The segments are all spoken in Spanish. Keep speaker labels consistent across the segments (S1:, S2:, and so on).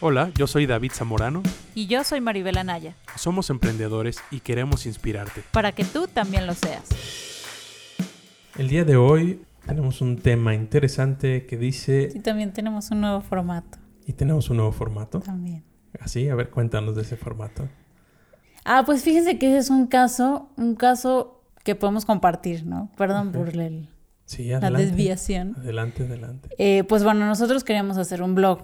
S1: Hola, yo soy David Zamorano.
S2: Y yo soy Maribel Anaya,
S1: Somos emprendedores y queremos inspirarte.
S2: para que tú también lo seas.
S1: El día de hoy tenemos un tema interesante que dice
S2: Y también tenemos un nuevo formato.
S1: y tenemos un nuevo formato.
S2: También.
S1: Así, a ver, cuéntanos de ese formato.
S2: Ah, pues fíjense que ese es un caso, un caso que podemos compartir, ¿no? Perdón por el-
S1: Sí,
S2: la
S1: adelante.
S2: desviación.
S1: Adelante, adelante.
S2: Eh, pues bueno, nosotros queríamos hacer un blog,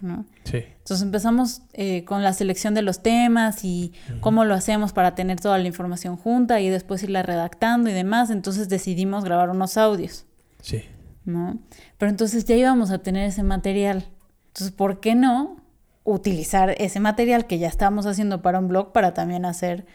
S2: ¿no?
S1: Sí.
S2: Entonces empezamos eh, con la selección de los temas y cómo lo hacemos para tener toda la información junta y después irla redactando y demás. Entonces decidimos grabar unos audios.
S1: Sí.
S2: ¿no? Pero entonces ya íbamos a tener ese material. Entonces, ¿por qué no utilizar ese material que ya estábamos haciendo para un blog para también hacer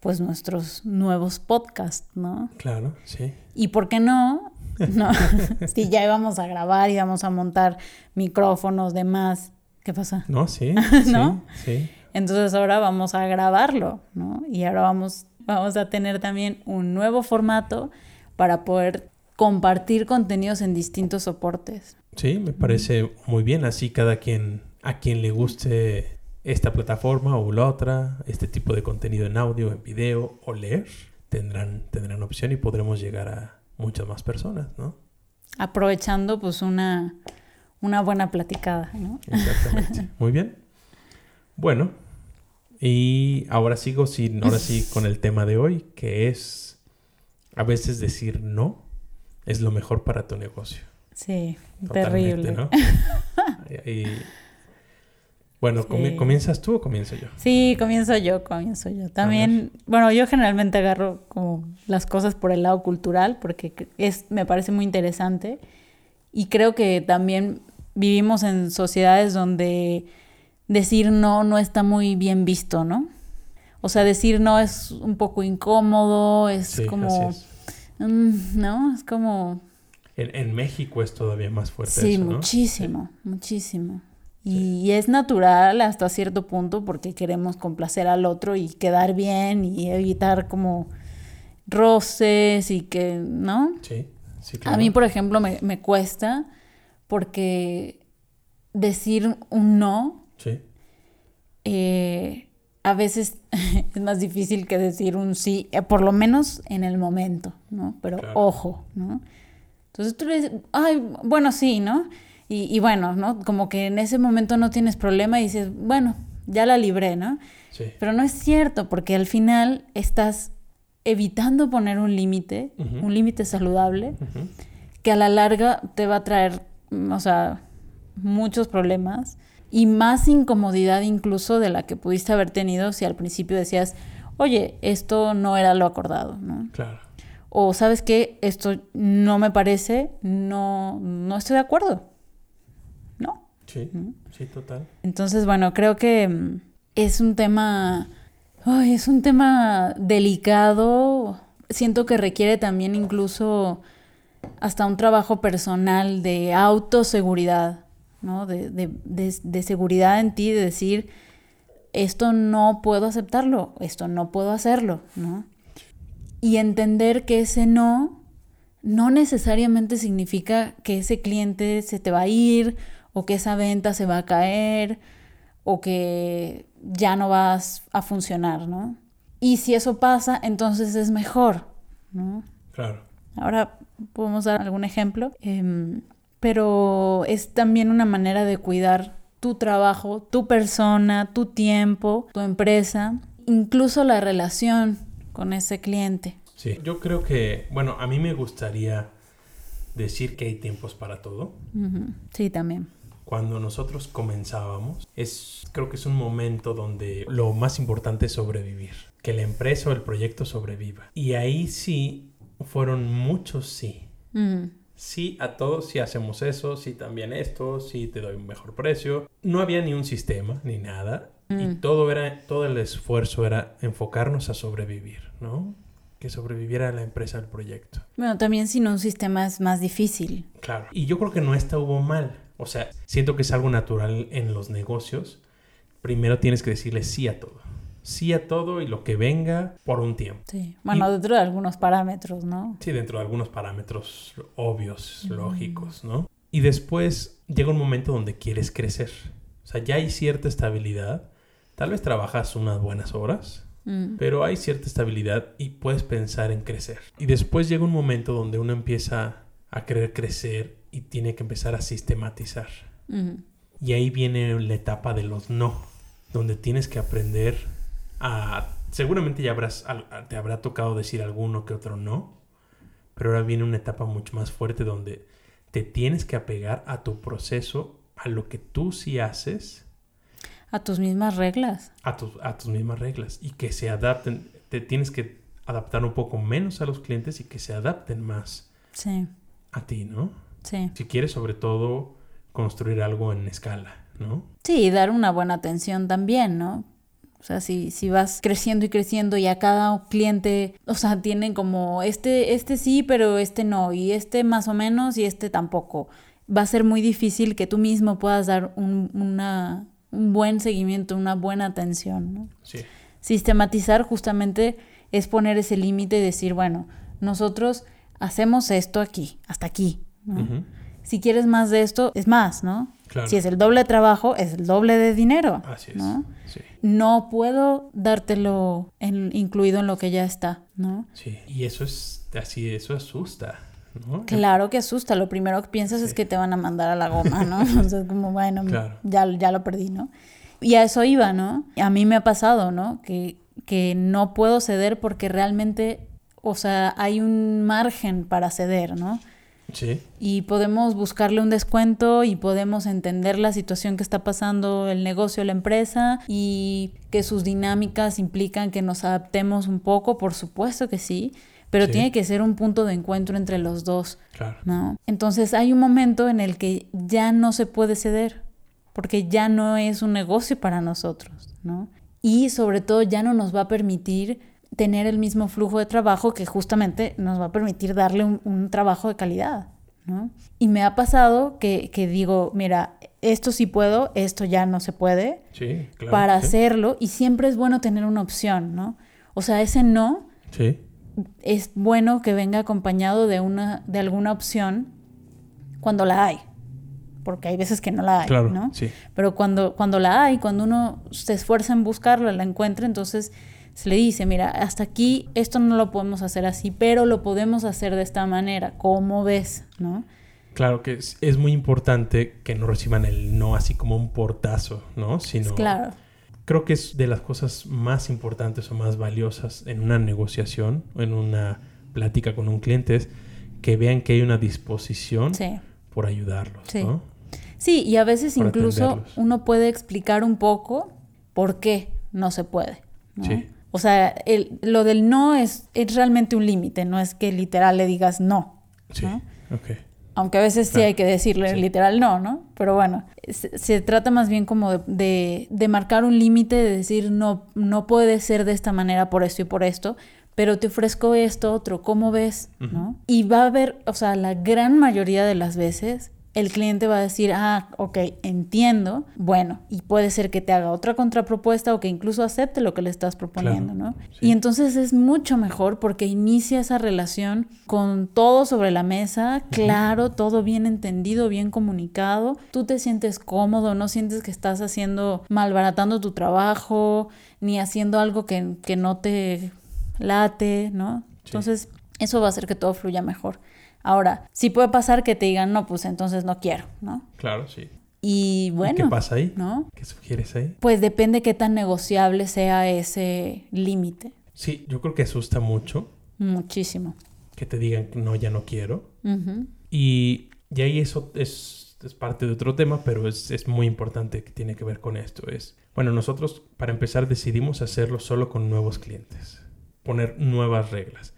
S2: pues nuestros nuevos podcasts, ¿no?
S1: Claro, sí.
S2: ¿Y por qué no? No, si ya íbamos a grabar, íbamos a montar micrófonos, demás. ¿Qué pasa?
S1: No, sí.
S2: ¿No?
S1: Sí. sí.
S2: Entonces ahora vamos a grabarlo, ¿no? Y ahora vamos, vamos a tener también un nuevo formato para poder compartir contenidos en distintos soportes.
S1: Sí, me parece muy bien. Así cada quien, a quien le guste esta plataforma o la otra, este tipo de contenido en audio, en video o leer, tendrán, tendrán opción y podremos llegar a muchas más personas, ¿no?
S2: aprovechando pues una, una buena platicada, ¿no?
S1: Exactamente. muy bien. Bueno, y ahora sigo sin, ahora sí con el tema de hoy, que es a veces decir no es lo mejor para tu negocio.
S2: Sí,
S1: Totalmente,
S2: terrible.
S1: ¿no? y, bueno, comi-
S2: Sí.
S1: ¿comienzas tú o comienzo yo?
S2: Sí, comienzo yo, comienzo yo. También, bueno, yo generalmente agarro como las cosas por el lado cultural porque cre- es, me parece muy interesante y creo que también vivimos en sociedades donde decir no no está muy bien visto, ¿no? O sea, decir no es un poco incómodo, es
S1: Sí,
S2: como,
S1: así es.
S2: mm, ¿no? Es como,
S1: En, en México es todavía más fuerte
S2: Sí,
S1: eso, ¿no?
S2: muchísimo, muchísimo. Y,
S1: Sí.
S2: y es natural hasta cierto punto porque queremos complacer al otro y quedar bien y evitar como roces y que, ¿no?
S1: Sí, sí,
S2: A
S1: claro.
S2: mí, por ejemplo, me, me cuesta porque decir un no
S1: Sí,
S2: eh, a veces es más difícil que decir un sí, eh, por lo menos en el momento, ¿no? Pero
S1: Claro.
S2: ojo, ¿no? Entonces tú le dices, ay, bueno, sí, ¿no? Y, y bueno, ¿no? Como que en ese momento no tienes problema y dices, bueno, ya la libré, ¿no?
S1: sí.
S2: Pero no es cierto, porque al final estás evitando poner un límite,
S1: Ujú.
S2: un límite saludable,
S1: Ujú.
S2: que a la larga te va a traer, mm, o sea, muchos problemas y más incomodidad incluso de la que pudiste haber tenido si al principio decías, oye, esto no era lo acordado, ¿no?
S1: Claro.
S2: O sabes qué, esto no me parece, no, no estoy de acuerdo, ¿no?
S1: Sí,
S2: Ujú.
S1: sí, total.
S2: Entonces, bueno, creo que mm, es un tema, ay, es un tema delicado. Siento que requiere también incluso hasta un trabajo personal de autoseguridad, ¿no? De, de- de- de seguridad en ti, de decir, esto no puedo aceptarlo, esto no puedo hacerlo, ¿no? Y entender que ese no no necesariamente significa que ese cliente se te va a ir o que esa venta se va a caer o que ya no vas a funcionar, ¿no? Y si eso pasa, entonces es mejor, ¿no?
S1: Claro.
S2: Ahora podemos dar algún ejemplo, em, pero es también una manera de cuidar tu trabajo, tu persona, tu tiempo, tu empresa, incluso la relación con ese cliente.
S1: Sí. Yo creo que, bueno, a mí me gustaría decir que hay tiempos para todo.
S2: Ujú, Sí, también.
S1: Cuando nosotros comenzábamos, es, creo que es un momento donde lo más importante es sobrevivir, que la empresa o el proyecto sobreviva. Y ahí sí fueron muchos sí.
S2: Ujú.
S1: sí a todos, si hacemos eso, si también esto, si te doy un mejor precio. No había ni un sistema, ni nada. Y
S2: Mm.
S1: todo era, todo el esfuerzo era enfocarnos a sobrevivir, ¿no? Que sobreviviera la empresa al proyecto.
S2: Bueno, también sin un sistema es más difícil.
S1: Claro. Y yo creo que no estuvo mal. O sea, siento que es algo natural en los negocios. Primero tienes que decirle sí a todo. Sí a todo y lo que venga por un tiempo.
S2: Sí. Bueno,
S1: Y-
S2: dentro de algunos parámetros, ¿no?
S1: Sí, dentro de algunos parámetros obvios, lógicos, ¿no? Y después llega un momento donde quieres crecer. O sea, ya hay cierta estabilidad. Tal vez trabajas unas buenas horas,
S2: Mm.
S1: pero hay cierta estabilidad y puedes pensar en crecer. Y después llega un momento donde uno empieza a querer crecer y tiene que empezar a sistematizar.
S2: Ujú.
S1: Y ahí viene la etapa de los no, donde tienes que aprender a... Seguramente ya habrás, al- a- te habrá tocado decir alguno que otro no, pero ahora viene una etapa mucho más fuerte donde te tienes que apegar a tu proceso, a lo que tú sí haces,
S2: A tus mismas reglas.
S1: a, tus- a tus mismas reglas y que se adapten. Te tienes que adaptar un poco menos a los clientes y que se adapten más
S2: Sí,
S1: a ti, ¿no?
S2: sí.
S1: Si quieres sobre todo construir algo en escala, ¿no?
S2: Sí, y dar una buena atención también, ¿no? O sea, si, si vas creciendo y creciendo y a cada cliente, o sea, tienen como este, este sí, pero este no, y este más o menos y este tampoco. Va a ser muy difícil que tú mismo puedas dar un, una- un buen seguimiento, una buena atención, ¿no?
S1: Sí.
S2: Sistematizar justamente es poner ese límite y decir, bueno, nosotros hacemos esto aquí, hasta aquí. ¿no?
S1: Ujú.
S2: Si quieres más de esto, es más, ¿no?
S1: Claro.
S2: Si es el doble de trabajo, es el doble de dinero.
S1: Así es.
S2: ¿no?
S1: Sí.
S2: No puedo dártelo en- incluido en lo que ya está, ¿no?
S1: Sí. Y eso es así, eso asusta, ¿no?
S2: Claro que asusta, lo primero que piensas es
S1: Sí.
S2: que te van a mandar a la goma, ¿no? o sea, es como, bueno,
S1: Claro.
S2: ya, ya lo perdí, ¿no? Y a eso iba, ¿no? A mí me ha pasado, ¿no? Que, que no puedo ceder porque realmente, o sea, hay un margen para ceder, ¿no?
S1: Sí.
S2: y podemos buscarle un descuento y podemos entender la situación que está pasando el negocio, la empresa y que sus dinámicas implican que nos adaptemos un poco, por supuesto que sí, pero
S1: Sí.
S2: tiene que ser un punto de encuentro entre los dos,
S1: Claro.
S2: ¿no? Entonces hay un momento en el que ya no se puede ceder, porque ya no es un negocio para nosotros, ¿no? Y sobre todo ya no nos va a permitir tener el mismo flujo de trabajo que justamente nos va a permitir darle un, un trabajo de calidad, ¿no? Y me ha pasado que, que digo, mira, esto sí puedo, esto ya no se puede,
S1: Sí, claro.
S2: para
S1: sí.
S2: hacerlo, y siempre es bueno tener una opción, ¿no? O sea, ese no
S1: Sí.
S2: es bueno que venga acompañado de una de alguna opción cuando la hay porque hay veces que no la hay
S1: claro.
S2: ¿no?
S1: Sí.
S2: pero cuando cuando la hay cuando uno se esfuerza en buscarla la encuentra entonces se le dice mira hasta aquí esto no lo podemos hacer así pero lo podemos hacer de esta manera ¿cómo ves no
S1: Claro que es, es muy importante que no reciban el no así como un portazo, ¿no? Sino
S2: claro
S1: creo que es de las cosas más importantes o más valiosas en una negociación o en una plática con un cliente es que vean que hay una disposición
S2: sí
S1: por ayudarlos,
S2: Sí.
S1: ¿no?
S2: sí y a veces
S1: Para
S2: incluso
S1: atenderlos.
S2: uno puede explicar un poco por qué no se puede ¿no?
S1: Sí.
S2: O sea, el- lo del no es, es realmente un límite, no es que literal le digas no.
S1: Sí.
S2: ¿no?
S1: Ok.
S2: Aunque a veces sí
S1: Claro.
S2: hay que decirle
S1: Sí.
S2: literal no, ¿no? Pero bueno, se, se trata más bien como de, de- de marcar un límite, de decir no, no puede ser de esta manera por esto y por esto, pero te ofrezco esto, otro, ¿cómo ves?
S1: Ujú.
S2: ¿No? Y va a haber, o sea, la gran mayoría de las veces el cliente va a decir, ah, ok, entiendo, bueno, y puede ser que te haga otra contrapropuesta o que incluso acepte lo que le estás proponiendo,
S1: Claro,
S2: ¿no?
S1: sí.
S2: Y entonces es mucho mejor porque inicia esa relación con todo sobre la mesa, claro, todo bien entendido, bien comunicado, tú te sientes cómodo, no sientes que estás haciendo, malbaratando tu trabajo, ni haciendo algo que, que no te late, ¿no?
S1: Sí.
S2: Entonces eso va a hacer que todo fluya mejor. Ahora, sí puede pasar que te digan, no, pues entonces no quiero, ¿no?
S1: Claro, sí.
S2: Y bueno,
S1: ¿Y ¿Qué pasa ahí?
S2: ¿no?
S1: ¿Qué sugieres ahí?
S2: Pues depende qué tan negociable sea ese límite.
S1: Sí, yo creo que asusta mucho
S2: Muchísimo.
S1: que te digan no, ya no quiero.
S2: Ujú.
S1: Y, y ahí eso es, es parte de otro tema, pero es, es muy importante que tiene que ver con esto. Es, bueno, nosotros para empezar decidimos hacerlo solo con nuevos clientes, poner nuevas reglas.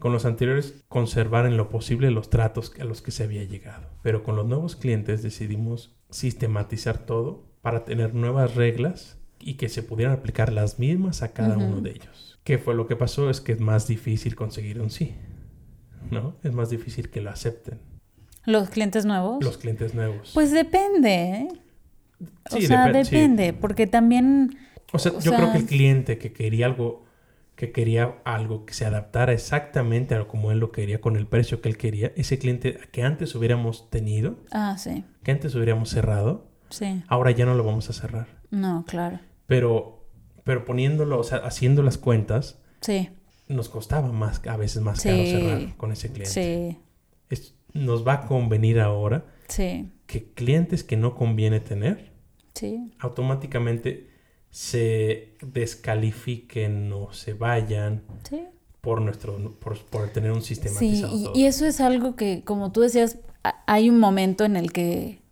S1: Con los anteriores conservar en lo posible los tratos a los que se había llegado. Pero con los nuevos clientes decidimos sistematizar todo para tener nuevas reglas y que se pudieran aplicar las mismas a cada
S2: Ujú.
S1: uno de ellos. ¿Qué fue lo que pasó? Es que es más difícil conseguir un sí. ¿No? Es más difícil que lo acepten.
S2: ¿Los clientes nuevos?
S1: Los clientes nuevos.
S2: Pues depende. ¿eh? O
S1: Sí,
S2: sea,
S1: depen- sí.
S2: depende, porque también...
S1: O sea,
S2: o
S1: yo creo
S2: sea-
S1: que el cliente que quería algo, que quería algo que se adaptara exactamente a como él lo quería, con el precio que él quería, ese cliente que antes hubiéramos tenido,
S2: Ah, sí.
S1: que antes hubiéramos cerrado,
S2: Sí.
S1: Ahora ya no lo vamos a cerrar.
S2: No, claro.
S1: Pero, pero poniéndolo, o sea, haciendo las cuentas,
S2: Sí,
S1: nos costaba más, a veces más
S2: Sí.
S1: caro cerrar con ese cliente.
S2: sí,
S1: Es- nos va a convenir ahora
S2: sí,
S1: que clientes que no conviene tener
S2: sí.
S1: automáticamente se descalifiquen o se vayan
S2: Sí.
S1: por nuestro por, por tener un
S2: Sí,
S1: sistematizado
S2: y,
S1: todo.
S2: y eso es algo que, como tú decías, ha- hay un momento en el que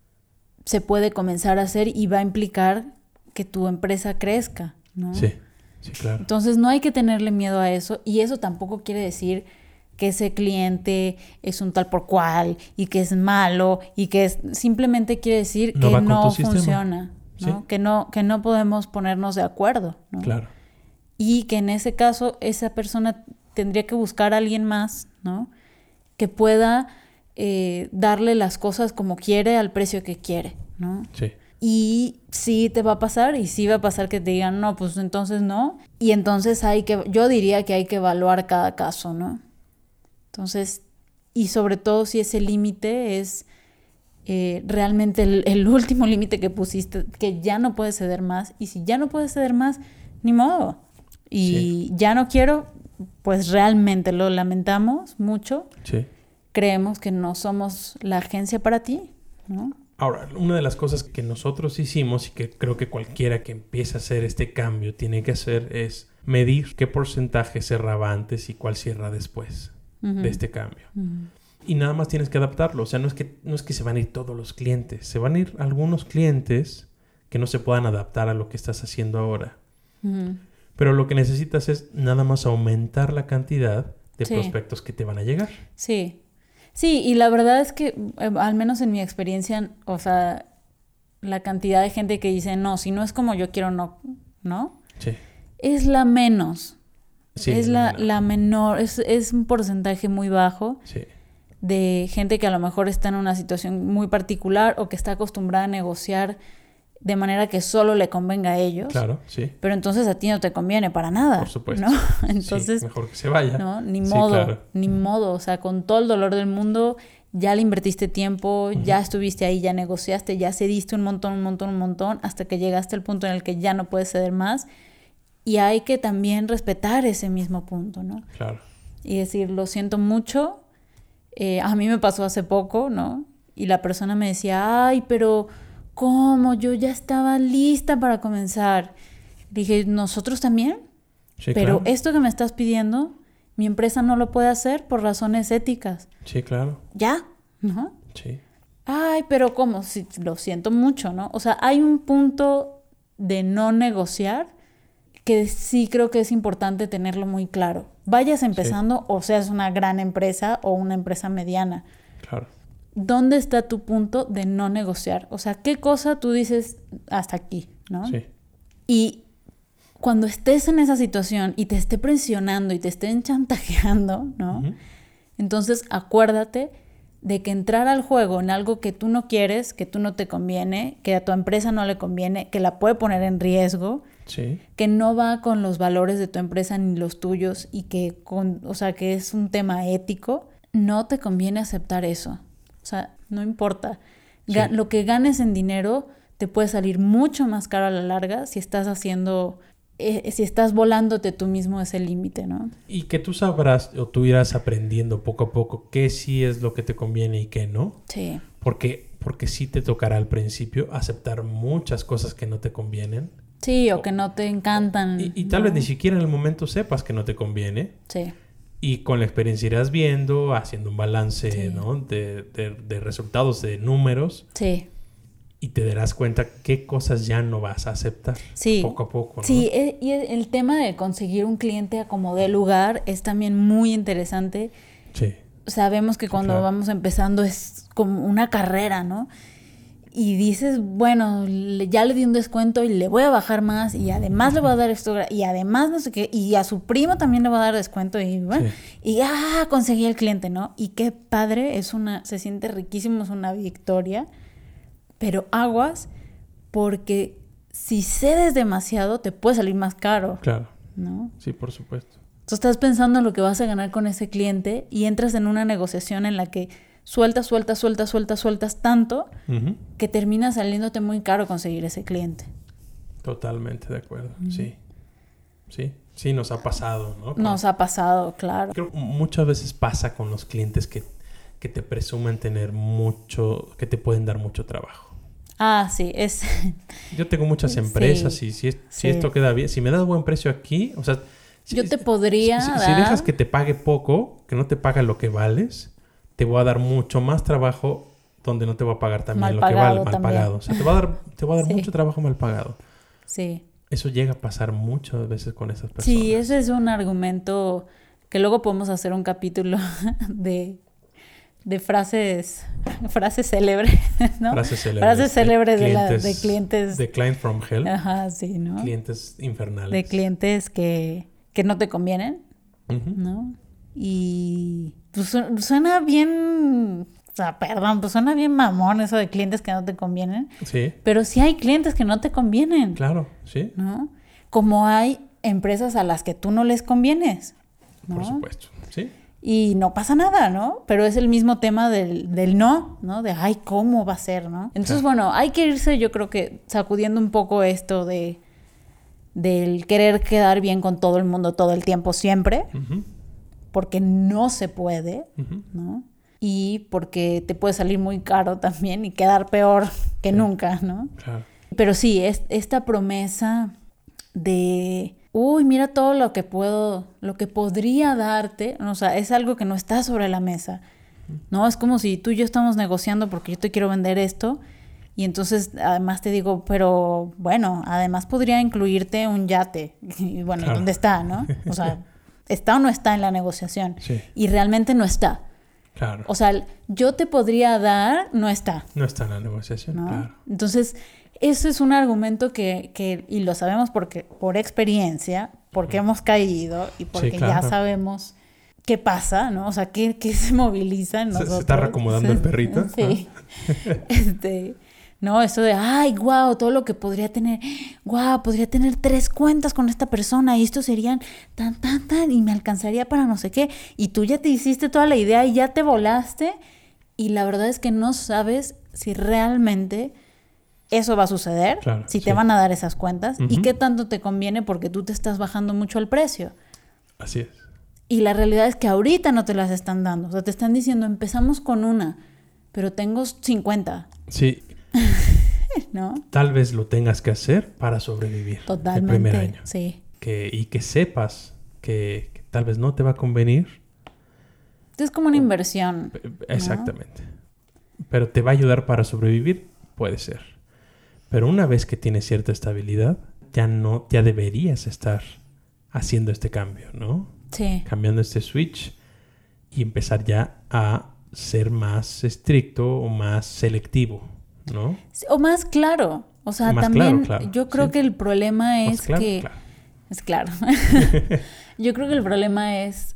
S2: se puede comenzar a hacer y va a implicar que tu empresa crezca, ¿no?
S1: sí, sí, claro.
S2: Entonces no hay que tenerle miedo a eso y eso tampoco quiere decir que ese cliente es un tal por cual y que es malo y que es, simplemente quiere decir
S1: No va
S2: que
S1: con
S2: no
S1: tu sistema.
S2: funciona, ¿no?
S1: Sí.
S2: Que no que no podemos ponernos de acuerdo, ¿no?
S1: Claro.
S2: y que en ese caso esa persona tendría que buscar a alguien más, ¿no? Que pueda eh, darle las cosas como quiere al precio que quiere, ¿no?
S1: Sí.
S2: Y sí te va a pasar y sí va a pasar que te digan, no, pues entonces no. Y entonces hay que, yo diría que hay que evaluar cada caso, ¿no? Entonces, y sobre todo si ese límite es eh, realmente el, el último límite que pusiste, que ya no puedes ceder más. Y si ya no puedes ceder más, ni modo. Y ya no quiero, pues realmente lo lamentamos mucho.
S1: Sí.
S2: Creemos que no somos la agencia para ti, ¿no?
S1: Ahora, una de las cosas que nosotros hicimos y que creo que cualquiera que empiece a hacer este cambio tiene que hacer es medir qué porcentaje cerraba antes y cuál cierra después
S2: Ujú.
S1: de este cambio.
S2: Ujú.
S1: Y nada más tienes que adaptarlo. O sea, no es que, no es que se van a ir todos los clientes. Se van a ir algunos clientes que no se puedan adaptar a lo que estás haciendo ahora.
S2: Ujú.
S1: Pero lo que necesitas es nada más aumentar la cantidad de
S2: Sí.
S1: prospectos que te van a llegar.
S2: Sí, sí, y la verdad es que, eh, al menos en mi experiencia, o sea, la cantidad de gente que dice, no, si no es como yo quiero, no, ¿no?
S1: Sí.
S2: Es la menos,
S1: Sí,
S2: es la,
S1: menor.
S2: la menor, es, es un porcentaje muy bajo
S1: Sí.
S2: de gente que a lo mejor está en una situación muy particular o que está acostumbrada a negociar de manera que solo le convenga a ellos.
S1: Claro, sí.
S2: Pero entonces a ti no te conviene para nada.
S1: Por supuesto.
S2: ¿no?
S1: Sí,
S2: Entonces,
S1: mejor que se vaya.
S2: ¿no? Ni
S1: Sí,
S2: modo,
S1: claro.
S2: ni modo, o sea, con todo el dolor del mundo, ya le invertiste tiempo, ya estuviste ahí, ya negociaste, ya cediste un montón, un montón, un montón, hasta que llegaste al punto en el que ya no puedes ceder más. Y hay que también respetar ese mismo punto, ¿no?
S1: Claro.
S2: Y decir, lo siento mucho, eh, a mí me pasó hace poco, ¿no? Y la persona me decía, ay, pero ¿cómo? Yo ya estaba lista para comenzar. Dije, ¿nosotros también?
S1: Sí,
S2: Pero
S1: claro.
S2: esto que me estás pidiendo, mi empresa no lo puede hacer por razones éticas.
S1: Sí, claro.
S2: ¿Ya? ¿No?
S1: Sí.
S2: Ay, pero ¿cómo? Si, lo siento mucho, ¿no? O sea, hay un punto de no negociar que sí creo que es importante tenerlo muy claro. Vayas empezando o seas una gran empresa o una empresa mediana.
S1: Claro.
S2: ¿Dónde está tu punto de no negociar? O sea, ¿qué cosa tú dices hasta aquí, no?
S1: Sí.
S2: Y cuando estés en esa situación y te esté presionando y te estén chantajeando, ¿no?
S1: Ujú.
S2: Entonces acuérdate de que entrar al juego en algo que tú no quieres, que tú no te conviene, que a tu empresa no le conviene, que la puede poner en riesgo,
S1: Sí.
S2: que no va con los valores de tu empresa ni los tuyos y que con, o sea, que es un tema ético, no te conviene aceptar eso. O sea, no importa. Ga-
S1: Sí.
S2: Lo que ganes en dinero te puede salir mucho más caro a la larga si estás haciendo eh, si estás volándote tú mismo ese límite, ¿no?
S1: Y que tú sabrás o tú irás aprendiendo poco a poco qué sí es lo que te conviene y qué no.
S2: Sí.
S1: Porque, porque sí te tocará al principio aceptar muchas cosas que no te convienen.
S2: Sí, o que no te encantan.
S1: Y, y tal
S2: ¿no?
S1: vez ni siquiera en el momento sepas que no te conviene.
S2: Sí.
S1: Y con la experiencia irás viendo, haciendo un balance
S2: Sí.
S1: ¿no? de, de- de resultados, de números.
S2: Sí.
S1: Y te darás cuenta qué cosas ya no vas a aceptar.
S2: Sí.
S1: Poco a poco. ¿no?
S2: Sí, e- y e- el tema de conseguir un cliente a como dé lugar es también muy interesante.
S1: Sí.
S2: Sabemos que cuando
S1: claro.
S2: vamos empezando es como una carrera, ¿no? Y dices, bueno, le- ya le di un descuento y le voy a bajar más y además le voy a dar esto gra- y además no sé qué, y a su primo también le voy a dar descuento y bueno, y ah, conseguí el cliente, ¿no? Y qué padre, es una, se siente riquísimo, es una victoria, pero aguas porque si cedes demasiado te puede salir más caro,
S1: Claro.
S2: ¿no?
S1: Sí, por supuesto.
S2: Tú estás pensando en lo que vas a ganar con ese cliente y entras en una negociación en la que sueltas, sueltas, sueltas, sueltas, sueltas tanto
S1: Ujú.
S2: que termina saliéndote muy caro conseguir ese cliente.
S1: Totalmente de acuerdo, sí. Sí, sí, nos ha pasado, ¿no?
S2: Nos ha pasado, claro.
S1: Creo que muchas veces pasa con los clientes que, que te presumen tener mucho, que te pueden dar mucho trabajo.
S2: Ah, sí, es...
S1: Yo tengo muchas
S2: Sí.
S1: empresas y si, es-
S2: Sí.
S1: si esto queda bien, si me das buen precio aquí, o sea... Si,
S2: Yo te
S1: si,
S2: podría
S1: si- si
S2: dar...
S1: dejas que te pague poco, que no te paga lo que vales, te voy a dar mucho más trabajo donde no te voy a pagar también
S2: Mal
S1: lo que
S2: pagado
S1: vale, mal
S2: también.
S1: pagado. O sea, te va a dar, te va a dar
S2: Sí.
S1: mucho trabajo mal pagado.
S2: Sí.
S1: Eso llega a pasar muchas veces con esas personas.
S2: Sí, ese es un argumento que luego podemos hacer un capítulo de, de frases, frases célebres, ¿no?
S1: Frases célebres.
S2: Frases célebres de la- de clientes.
S1: De client from hell.
S2: Ajá, sí, ¿no?
S1: Clientes infernales.
S2: De clientes que, que no te convienen,
S1: Ujú.
S2: ¿no? Y pues, su- suena bien, o sea, perdón, pues suena bien mamón eso de clientes que no te convienen,
S1: Sí,
S2: pero sí hay clientes que no te convienen,
S1: claro, sí.
S2: ¿no? Como hay empresas a las que tú no les convienes, ¿no?
S1: Por supuesto. Sí.
S2: Y no pasa nada, ¿no? Pero es el mismo tema del, del no, ¿no? De, ay, ¿cómo va a ser, no? Entonces,
S1: Claro.
S2: bueno, hay que irse, yo creo que sacudiendo un poco esto de del querer quedar bien con todo el mundo todo el tiempo siempre,
S1: Ujú,
S2: porque no se puede,
S1: ujú.
S2: ¿no? Y porque te puede salir muy caro también y quedar peor que nunca, ¿no?
S1: Claro.
S2: Pero sí, es, esta promesa de, uy, mira todo lo que puedo, lo que podría darte, o sea, es algo que no está sobre la mesa. No, es como si tú y yo estamos negociando porque yo te quiero vender esto y entonces además te digo, pero bueno, además podría incluirte un yate. Y bueno, ¿y
S1: Claro.
S2: ¿dónde está, no? O sea, ¿está o no está en la negociación?
S1: Sí.
S2: Y realmente no está.
S1: Claro.
S2: O sea, el yo te podría dar, no está.
S1: no está en la negociación,
S2: ¿no?
S1: claro.
S2: Entonces, eso es un argumento que, que- y lo sabemos porque, por experiencia, porque hemos caído y porque
S1: claro.
S2: ya sabemos qué pasa, ¿no? O sea, qué, qué se moviliza en
S1: Se- se
S2: nosotros.
S1: está reacomodando el perrito,
S2: Sí. Este, no, eso de, ay, guau, todo lo que podría tener, guau, podría tener tres cuentas con esta persona y esto serían tan, tan, tan, y me alcanzaría para no sé qué. Y tú ya te hiciste toda la idea y ya te volaste y la verdad es que no sabes si realmente eso va a suceder,
S1: Claro,
S2: si te
S1: sí.
S2: van a dar esas cuentas y
S1: Ujú.
S2: qué tanto te conviene porque tú te estás bajando mucho el precio.
S1: Así es.
S2: Y la realidad es que ahorita no te las están dando. O sea, te están diciendo, empezamos con una, pero tengo 50,
S1: Sí,
S2: ¿no?
S1: tal vez lo tengas que hacer para sobrevivir
S2: Totalmente.
S1: el primer año.
S2: Sí.
S1: Que, y que sepas que, que tal vez no te va a convenir.
S2: Es como una inversión.
S1: Pe- Exactamente. Pero te va a ayudar para sobrevivir, puede ser. Pero una vez que tienes cierta estabilidad, ya no, ya deberías estar haciendo este cambio, ¿no?
S2: Sí.
S1: Cambiando este switch y empezar ya a ser más estricto o más selectivo, ¿no?
S2: Sí, O más claro. O sea,
S1: Más
S2: también
S1: claro, claro,
S2: yo creo
S1: sí.
S2: que el problema
S1: Más
S2: es
S1: Pues claro,
S2: que...
S1: claro.
S2: Es claro. yo creo que el problema es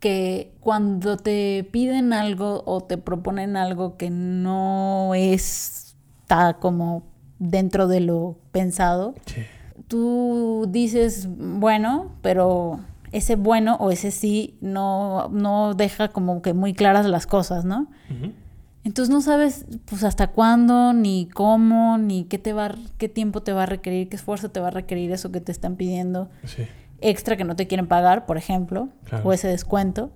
S2: que cuando te piden algo o te proponen algo que no está como dentro de lo pensado,
S1: Sí.
S2: tú dices bueno, pero ese bueno o ese sí no, no deja como que muy claras las cosas, ¿no?
S1: Ujú.
S2: Entonces no sabes pues hasta cuándo, ni cómo, ni qué te va, a- qué tiempo te va a requerir, qué esfuerzo te va a requerir eso que te están pidiendo
S1: Sí.
S2: extra que no te quieren pagar, por ejemplo,
S1: Claro.
S2: o ese descuento.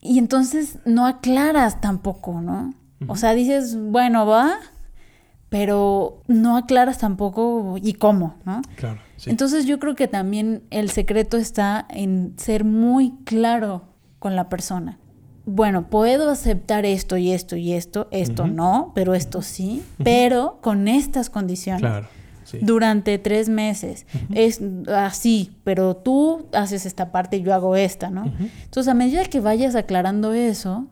S2: Y entonces no aclaras tampoco, ¿no? O sea, dices, bueno, va, pero no aclaras tampoco y cómo, ¿no?
S1: Claro. sí.
S2: Entonces yo creo que también el secreto está en ser muy claro con la persona. Bueno, puedo aceptar esto y esto y esto, esto
S1: Ujú.
S2: no, pero esto sí, pero con estas condiciones
S1: claro. Sí.
S2: durante tres meses. Es así, pero tú haces esta parte y yo hago esta, ¿no?
S1: Ujú.
S2: Entonces, a medida que vayas aclarando eso,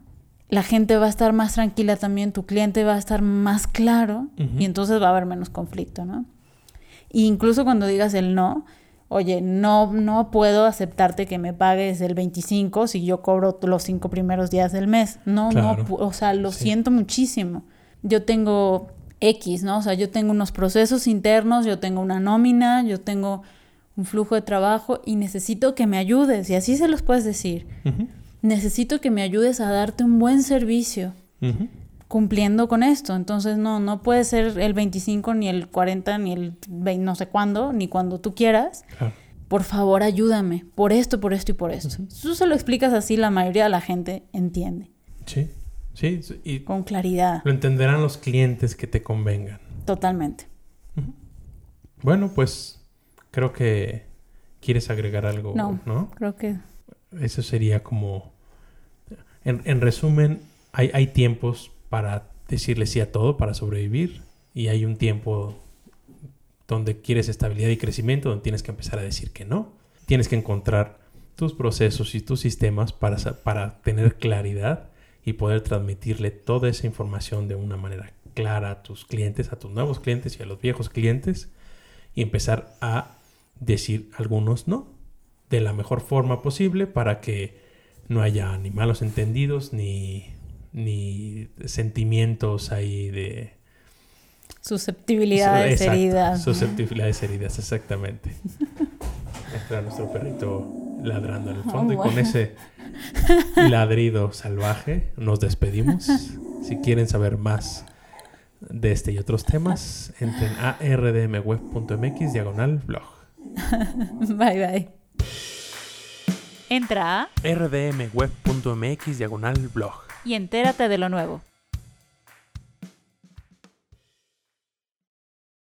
S2: la gente va a estar más tranquila también, tu cliente va a estar más claro
S1: Ujú.
S2: y entonces va a haber menos conflicto, ¿no? E incluso cuando digas el no, oye, no, no puedo aceptarte que me pagues el 25 si yo cobro los cinco primeros días del mes. No,
S1: Claro.
S2: no, pu- o sea, lo
S1: Sí.
S2: siento muchísimo. Yo tengo X, ¿no? O sea, yo tengo unos procesos internos, yo tengo una nómina, yo tengo un flujo de trabajo y necesito que me ayudes. Y así se los puedes decir.
S1: Ujú.
S2: necesito que me ayudes a darte un buen servicio
S1: Ujú.
S2: cumpliendo con esto. Entonces, no, no puede ser el 25, ni el 40, ni el 20, no sé cuándo, ni cuando tú quieras.
S1: Claro.
S2: Por favor, ayúdame por esto, por esto y por esto.
S1: Ujú.
S2: Si Tú se lo explicas así, la mayoría de la gente entiende,
S1: Sí, sí, sí, y
S2: con claridad,
S1: lo entenderán los clientes que te convengan.
S2: totalmente.
S1: Ujú. Bueno, pues creo que quieres agregar algo,
S2: No.
S1: ¿no?
S2: Creo que
S1: Eso sería como... En, en resumen, hay, hay tiempos para decirle sí a todo, para sobrevivir, y hay un tiempo donde quieres estabilidad y crecimiento, donde tienes que empezar a decir que no. Tienes que encontrar tus procesos y tus sistemas para, sa- para tener claridad y poder transmitirle toda esa información de una manera clara a tus clientes, a tus nuevos clientes y a los viejos clientes, y empezar a decir algunos no de la mejor forma posible para que no haya ni malos entendidos ni, ni sentimientos ahí de
S2: susceptibilidades,
S1: Exacto,
S2: heridas.
S1: Susceptibilidades heridas, exactamente. Entra nuestro perrito ladrando en el fondo y con
S2: Ah, bueno.
S1: ese ladrido salvaje nos despedimos. Si quieren saber más de este y otros temas, entren a rdmweb.mx diagonal blog.
S2: Bye, bye. Entra
S1: rdmweb.mx diagonal blog.
S2: y entérate de lo nuevo.